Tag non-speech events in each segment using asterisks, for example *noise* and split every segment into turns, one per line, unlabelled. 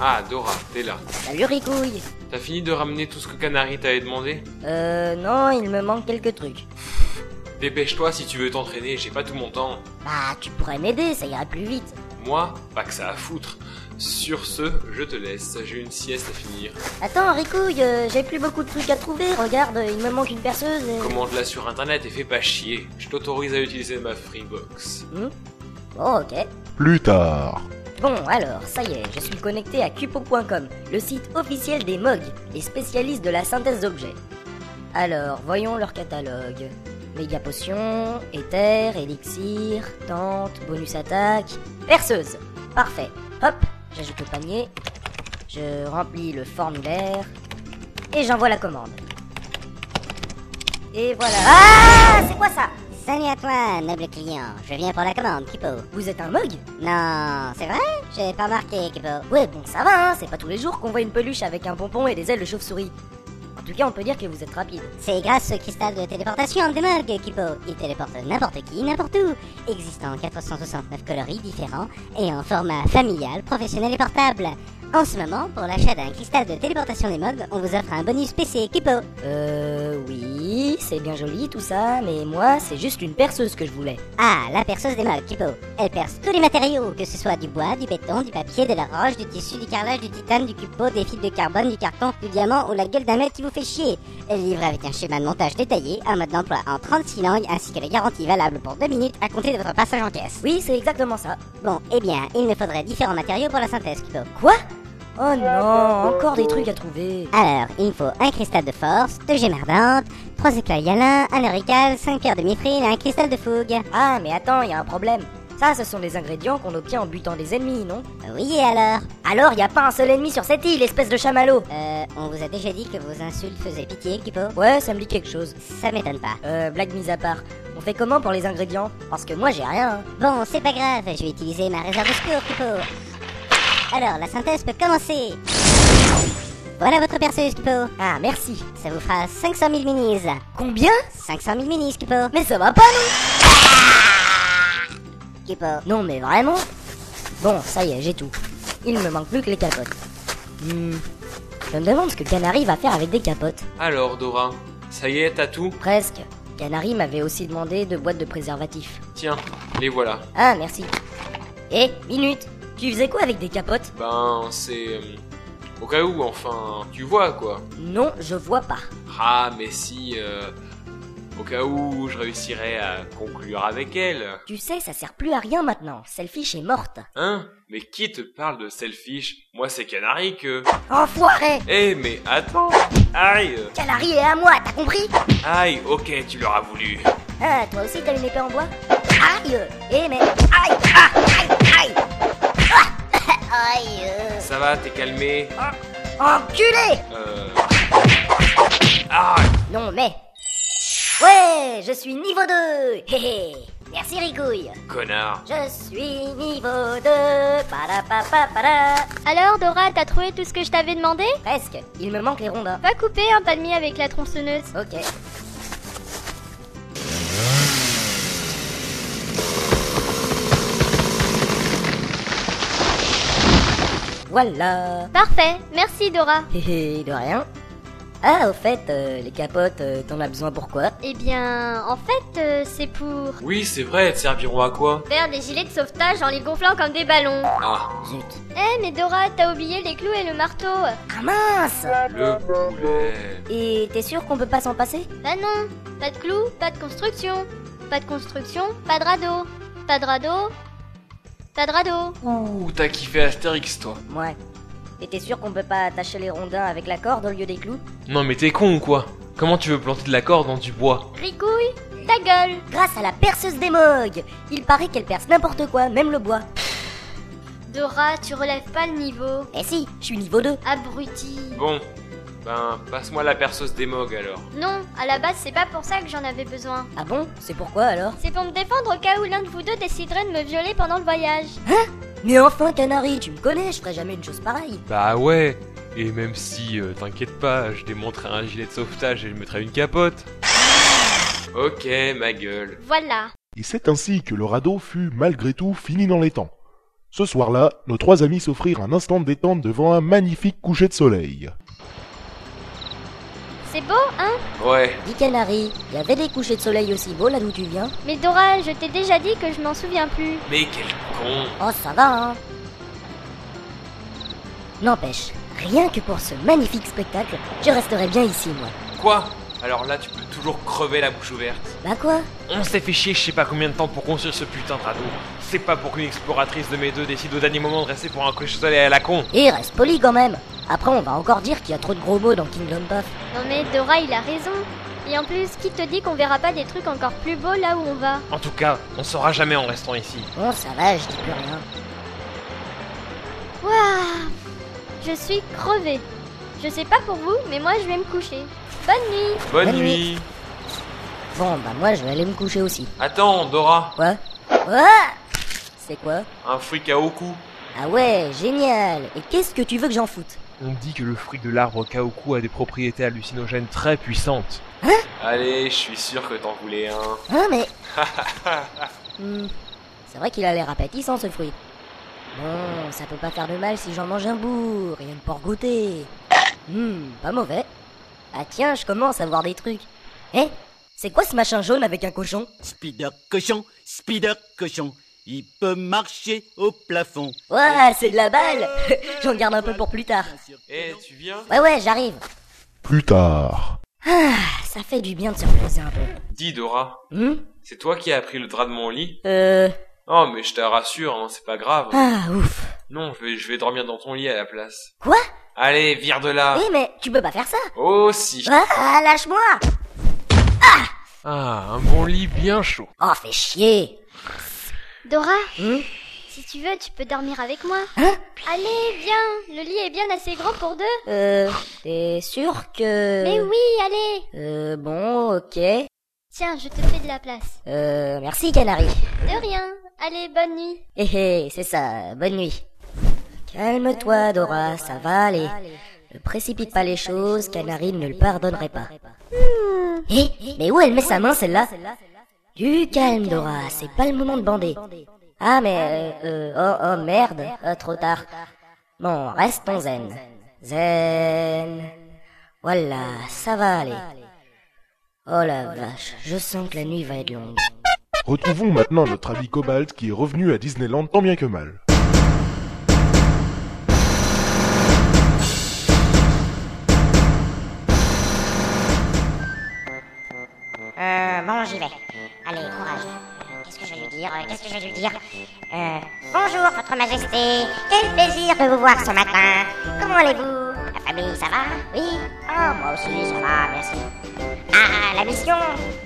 Ah, Dora, t'es là.
Salut Ricouille
T'as fini de ramener tout ce que Canary t'avait demandé
Euh, non, il me manque quelques trucs.
Dépêche-toi si tu veux t'entraîner, j'ai pas tout mon temps.
Bah, tu pourrais m'aider, ça ira plus vite.
Moi, pas que ça à foutre. Sur ce, je te laisse, j'ai une sieste à finir.
Attends, Ricouille, euh, j'ai plus beaucoup de trucs à trouver, regarde, il me manque une perceuse et...
Commande-la sur internet et fais pas chier. Je t'autorise à utiliser ma Freebox.
Bon, Oh, ok.
Plus tard.
Bon, alors, ça y est, je suis connecté à cupo.com, le site officiel des MOG et spécialiste de la synthèse d'objets. Alors, voyons leur catalogue. Méga potion, éther, élixir, tente, bonus attaque, perceuse. Parfait. Hop, j'ajoute le panier. Je remplis le formulaire. Et j'envoie la commande. Et voilà. Ah C'est quoi ça
Salut à toi, noble client. Je viens pour la commande, Kipo.
Vous êtes un mug
Non, c'est vrai J'ai pas marqué, Kipo.
Ouais, bon, ça va, hein, c'est pas tous les jours qu'on voit une peluche avec un pompon et des ailes de chauve-souris. En tout cas, on peut dire que vous êtes rapide.
C'est grâce au cristal de téléportation des mugs, Kipo. Il téléporte n'importe qui, n'importe où. Existant en 469 coloris différents et en format familial, professionnel et portable. En ce moment, pour l'achat d'un cristal de téléportation des mugs, on vous offre un bonus PC, Kipo.
Euh, oui, c'est bien joli tout ça, mais moi, c'est juste une perceuse que je voulais.
Ah, la perceuse des mugs, Kipo. Elle perce tous les matériaux, que ce soit du bois, du béton, du papier, de la roche, du tissu, du carrelage, du titane, du cupo, des fils de carbone, du carton, du diamant ou la gueule d'un mec qui vous fait chier. Elle livre avec un schéma de montage détaillé, un mode d'emploi en 36 langues ainsi que les garanties valables pour 2 minutes à compter de votre passage en caisse.
Oui, c'est exactement ça.
Bon, eh bien, il me faudrait différents matériaux pour la synthèse, Kipo.
Quoi Oh non, encore des trucs à trouver.
Alors, il me faut un cristal de force, deux gemmes ardentes, trois éclats yalins, un aurical, cinq pierres de mithril et un cristal de fougue.
Ah, mais attends, il y a un problème. Ça, ce sont des ingrédients qu'on obtient en butant des ennemis, non
Oui, et alors
Alors, il a pas un seul ennemi sur cette île, espèce de chamallow
Euh, on vous a déjà dit que vos insultes faisaient pitié, Kipo
Ouais, ça me dit quelque chose.
Ça m'étonne pas.
Euh, blague mise à part, on fait comment pour les ingrédients Parce que moi, j'ai rien. hein.
Bon, c'est pas grave, je vais utiliser ma réserve de secours, Kipo. Alors, la synthèse peut commencer. Voilà votre perceuse, Kipo.
Ah, merci.
Ça vous fera 500 000 minis.
Combien
500 000 minis, Ah Kipo.
Mais ça va pas, non
Kipo.
Non, mais vraiment Bon, ça y est, j'ai tout. Il me manque plus que les capotes. Hmm. Je me demande ce que Canary va faire avec des capotes.
Alors, Dora, ça y est, t'as tout
Presque. Canary m'avait aussi demandé deux boîtes de préservatifs.
Tiens, les voilà.
Ah, merci. Eh, minute Tu faisais quoi avec des capotes
Ben, c'est. euh, Au cas où, enfin, tu vois quoi.
Non, je vois pas.
Ah, mais si. euh, Au cas où je réussirais à conclure avec elle.
Tu sais, ça sert plus à rien maintenant. Selfish est morte.
Hein Mais qui te parle de selfish Moi, c'est Canary que.
Enfoiré
Eh, mais attends Aïe
Canary est à moi, t'as compris
Aïe, ok, tu l'auras voulu.
Ah, toi aussi t'as une épée en bois Aïe Eh mais... Aïe ah, Aïe Aïe
Aïe. euh.
Ça va, t'es calmé
Enculé
Euh. Ah
Non mais... Ouais, je suis niveau 2 Hé hé Merci Ricouille
Connard
Je suis niveau 2 para, pa, pa, para.
Alors Dora, t'as trouvé tout ce que je t'avais demandé
Presque, il me manque les rondins.
Va couper un palmier avec la tronçonneuse.
Ok. Voilà *laughs*
Parfait, merci Dora.
Hé hé, de rien. Ah, au fait, euh, les capotes, euh, t'en as besoin pourquoi
Eh bien, en fait, euh, c'est pour
Oui, c'est vrai, elles te serviront à quoi
faire des gilets de sauvetage en les gonflant comme des ballons.
Ah,
Zut.
Eh mais Dora, t'as oublié les clous et le marteau.
Ah mince
le poulet.
Et t'es sûr qu'on peut pas s'en passer
Bah non, pas de clous, pas de construction. Pas de construction, pas de radeau. Pas de radeau, pas de radeau.
Ouh, t'as kiffé Astérix, toi.
Ouais. Et t'es sûr qu'on peut pas attacher les rondins avec la corde au lieu des clous
Non, mais t'es con ou quoi Comment tu veux planter de la corde dans du bois
Ricouille, ta gueule.
Grâce à la perceuse des mogs Il paraît qu'elle perce n'importe quoi, même le bois.
Dora, tu relèves pas le niveau.
Eh si, je suis niveau 2.
Abruti.
Bon, ben, passe-moi la perceuse des mogs alors.
Non, à la base, c'est pas pour ça que j'en avais besoin.
Ah bon C'est pourquoi alors
C'est pour me défendre au cas où l'un de vous deux déciderait de me violer pendant le voyage.
Mais enfin, Canary, tu me connais, je ferais jamais une chose pareille.
Bah ouais Et même si, euh, t'inquiète pas, je démonterai un gilet de sauvetage et je mettrai une capote.
Ok, ma gueule.
Voilà.
Et c'est ainsi que le radeau fut malgré tout fini dans les temps. Ce soir-là, nos trois amis s'offrirent un instant de détente devant un magnifique coucher de soleil.
C'est beau, hein
Ouais,
Dis Canary, y avait des couchers de soleil aussi beaux là d'où tu viens
Mais Dora, je t'ai déjà dit que je m'en souviens plus.
mais quel con
Oh, ça va, hein N'empêche, rien que pour ce magnifique spectacle, je resterai bien ici, moi.
Quoi Alors là, tu peux toujours crever la bouche ouverte.
Bah quoi
On s'est fait chier je sais pas combien de temps pour construire ce putain de radeau. C'est pas pour qu'une exploratrice de mes deux décide au dernier moment de rester pour un coche soleil à la con.
Et reste poli quand même Après, on va encore dire qu'il y a trop de gros mots dans Kingdom Puff.
Non mais Dora, il a raison. Et en plus, qui te dit qu'on verra pas des trucs encore plus beaux là où on va
En tout cas, on saura jamais en restant ici.
Bon, Oh, ça va, je dis plus rien.
Waouh Je suis crevée. Je sais pas pour vous, mais moi je vais me coucher. Bonne nuit
Bonne,
Bonne
nuit.
Bon, bah moi, je vais aller me coucher aussi.
Attends, Dora,
Quoi Ouah C'est quoi
un fric à haut cou.
Ah ouais, génial Et qu'est-ce que tu veux que j'en foute
On dit que le fruit de l'arbre Kaoku a des propriétés hallucinogènes très puissantes.
Allez, je suis sûr que t'en voulais un.
Hein, mais... Hmm, C'est vrai qu'il a l'air appétissant, ce fruit. Bon, ça peut pas faire de mal si j'en mange un bout, rien que pour goûter. Hmm, pas mauvais. Ah tiens, je commence à voir des trucs. Eh C'est quoi ce machin jaune avec un cochon
Spider cochon, spider cochon, il peut marcher au plafond.
Ouah, c'est de la balle *laughs* J'en garde un peu pour plus tard.
Eh, tu viens
Ouais, ouais, j'arrive.
Plus tard.
Ah, Ça fait du bien de se reposer un peu.
Dis, Dora,
Hmm
c'est toi qui as appris le drap de mon lit
Euh...
Oh, mais je te rassure, hein, c'est pas grave.
Ah, ouf.
Non, je vais, je vais dormir dans ton lit à la place.
Quoi
Allez, vire de là
Eh, mais tu peux pas faire ça
Oh si
Ah, lâche-moi
Ah, un bon lit bien chaud.
Oh, fais chier
Dora,
Hmm
si tu veux, tu peux dormir avec moi.
Hein
Allez, viens Le lit est bien assez grand pour deux.
Euh... T'es sûr que...
Mais oui, allez
Euh, bon, ok.
Tiens, je te fais de la place.
Euh, merci, Canary.
De rien. Allez, bonne nuit.
Hé hé, Eh, c'est ça, bonne nuit. Calme-toi, Dora, ça va aller. Ne précipite pas les choses, Canary ne le pardonnerait pas. Hé, mais où elle met sa main, celle-là Du calme, Dora, c'est pas le moment de bander. Ah, mais... Euh, euh, oh, oh, merde, Ah, trop tard. Bon, restons zen. Zen... Voilà, ça va aller. Oh la vache, je sens que la nuit va être longue.
Retrouvons maintenant notre ami Cobalt qui est revenu à Disneyland tant bien que mal.
Euh, bon, j'y vais. Allez, courage. Qu'est-ce que je vais lui dire euh, Qu'est-ce que je vais lui dire Euh, bonjour, votre majesté. Quel plaisir de vous voir ce matin. Comment allez-vous La famille, ça va Oui Oh, moi aussi, ça va, merci. Ah, la mission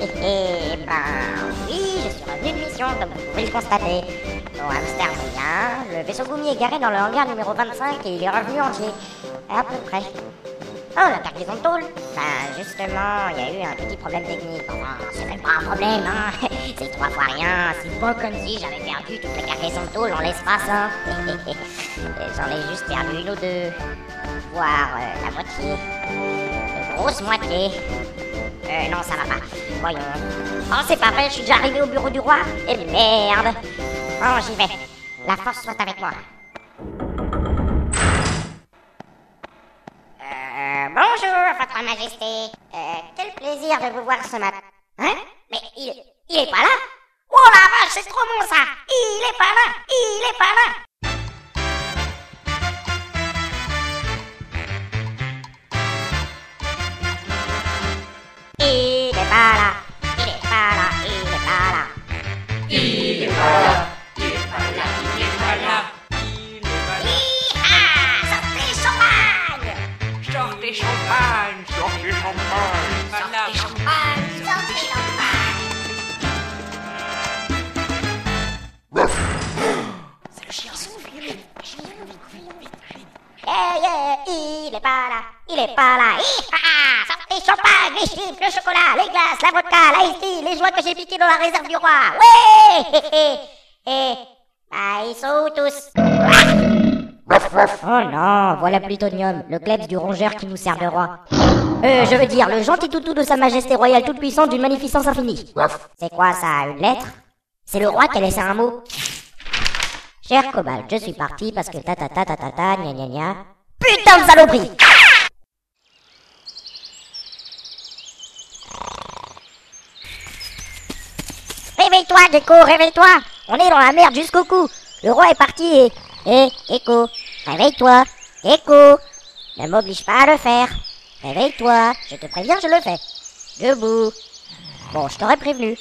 Eh, eh, ben, oui, je suis revenu de mission, comme vous pouvez le constater. Bon, hamster moyen, le vaisseau Gumi est garé dans le hangar numéro 25 et il est revenu entier. À peu près. Oh, la cargaison de tôle Bah, justement, il y a eu un petit problème technique. Enfin, c'est même pas un problème, hein *laughs* C'est trois fois rien. C'est pas comme si j'avais perdu toute la cargaison de tôle en l'espace, hein *laughs* J'en ai juste perdu une ou deux. Voire euh, la moitié. Une grosse moitié. Euh, non, ça va pas. Voyons. Oh, c'est pas vrai, je suis déjà arrivé au bureau du roi Eh merde Bon, j'y vais. La force soit avec moi. Euh, bonjour, votre majesté. Euh, quel plaisir de vous voir ce matin. Hein Mais il, il est pas là Oh la vache, c'est trop bon ça Il est pas là Il est pas là Il est pas là Il est pas là Il est pas là Il est pas là Il est pas là Il est pas là Hi-ha Sortez champagne Hey, hey, Eh, il est pas là, il est pas là. Hi, ha, ha. Sortez champagne, les chips, le chocolat, les glaces, la vodka, la ici, les joies que j'ai piquées dans la réserve du roi. Ouais, *laughs* hé, hé. Eh, bah, ils sont où tous Oh non, voilà Plutonium, le klebs du rongeur qui nous sert de roi. Euh, je veux dire, le gentil toutou de sa majesté royale toute-puissante d'une magnificence infinie. C'est quoi ça, une lettre C'est le roi qui a laissé un mot Cher Cobalt, je suis parti parce que ta ta ta ta ta ta gna gna gna. Putain de saloperie Réveille-toi, Gecko, réveille-toi On est dans la merde jusqu'au cou Le roi est parti et... et Gecko, réveille-toi Gecko Ne m'oblige pas à le faire Réveille-toi Je te préviens, je le fais Debout Bon, je t'aurais prévenu.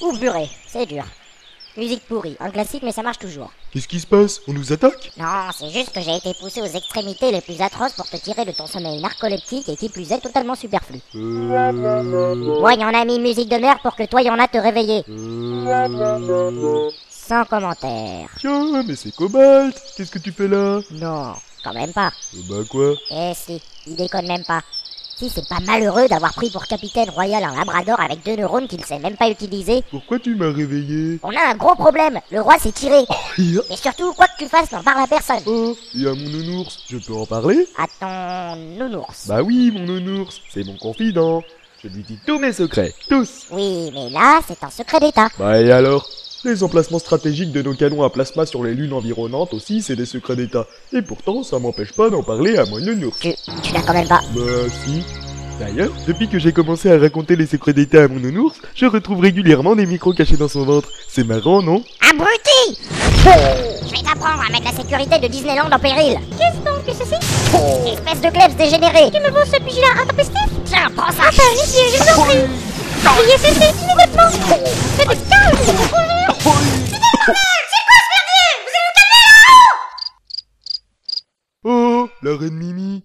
Ouh, purée, c'est dur. Musique pourrie, un classique mais ça marche toujours.
Qu'est-ce qui se passe On nous attaque
Non, c'est juste que j'ai été poussé aux extrémités les plus atroces pour te tirer de ton sommeil narcoleptique et qui plus est totalement superflu.
Euh,
Moi, y en a mis musique de merde pour que toi, y en a te réveiller. Sans commentaire.
euh, Tiens, mais c'est Cobalt Qu'est-ce que tu fais là
Non, quand même pas.
Euh, Bah quoi
Eh si, il déconne même pas. Si c'est pas malheureux d'avoir pris pour capitaine royal un labrador avec deux neurones qu'il sait même pas utiliser,
Pourquoi tu m'as réveillé
on a un gros problème. Le roi s'est tiré.
Hier
Mais surtout, quoi que tu fasses, n'en parle à personne.
Oh, et à mon nounours, je peux en parler
À ton nounours.
Bah oui, mon nounours, c'est mon confident. Je lui dis tous mes secrets, tous.
Oui, mais là, c'est un secret d'État.
Bah et alors Les emplacements stratégiques de nos canons à plasma sur les lunes environnantes aussi, c'est des secrets d'État. Et pourtant, ça m'empêche pas d'en parler à mon nounours.
Tu, tu l'as quand même pas.
Bah si. D'ailleurs, depuis que j'ai commencé à raconter les secrets d'État à mon nounours, je retrouve régulièrement des micros cachés dans son ventre. C'est marrant, non
Abruti Je vais t'apprendre à mettre la sécurité de Disneyland en péril. Qu'est-ce donc que ceci Espèce de glaive dégénéré. Tu me vends ce bijou-là intempestif Tiens, prends ça. Attends, je vous en prie. Ayez ceci immédiatement. Faites
Oh, la reine Mimi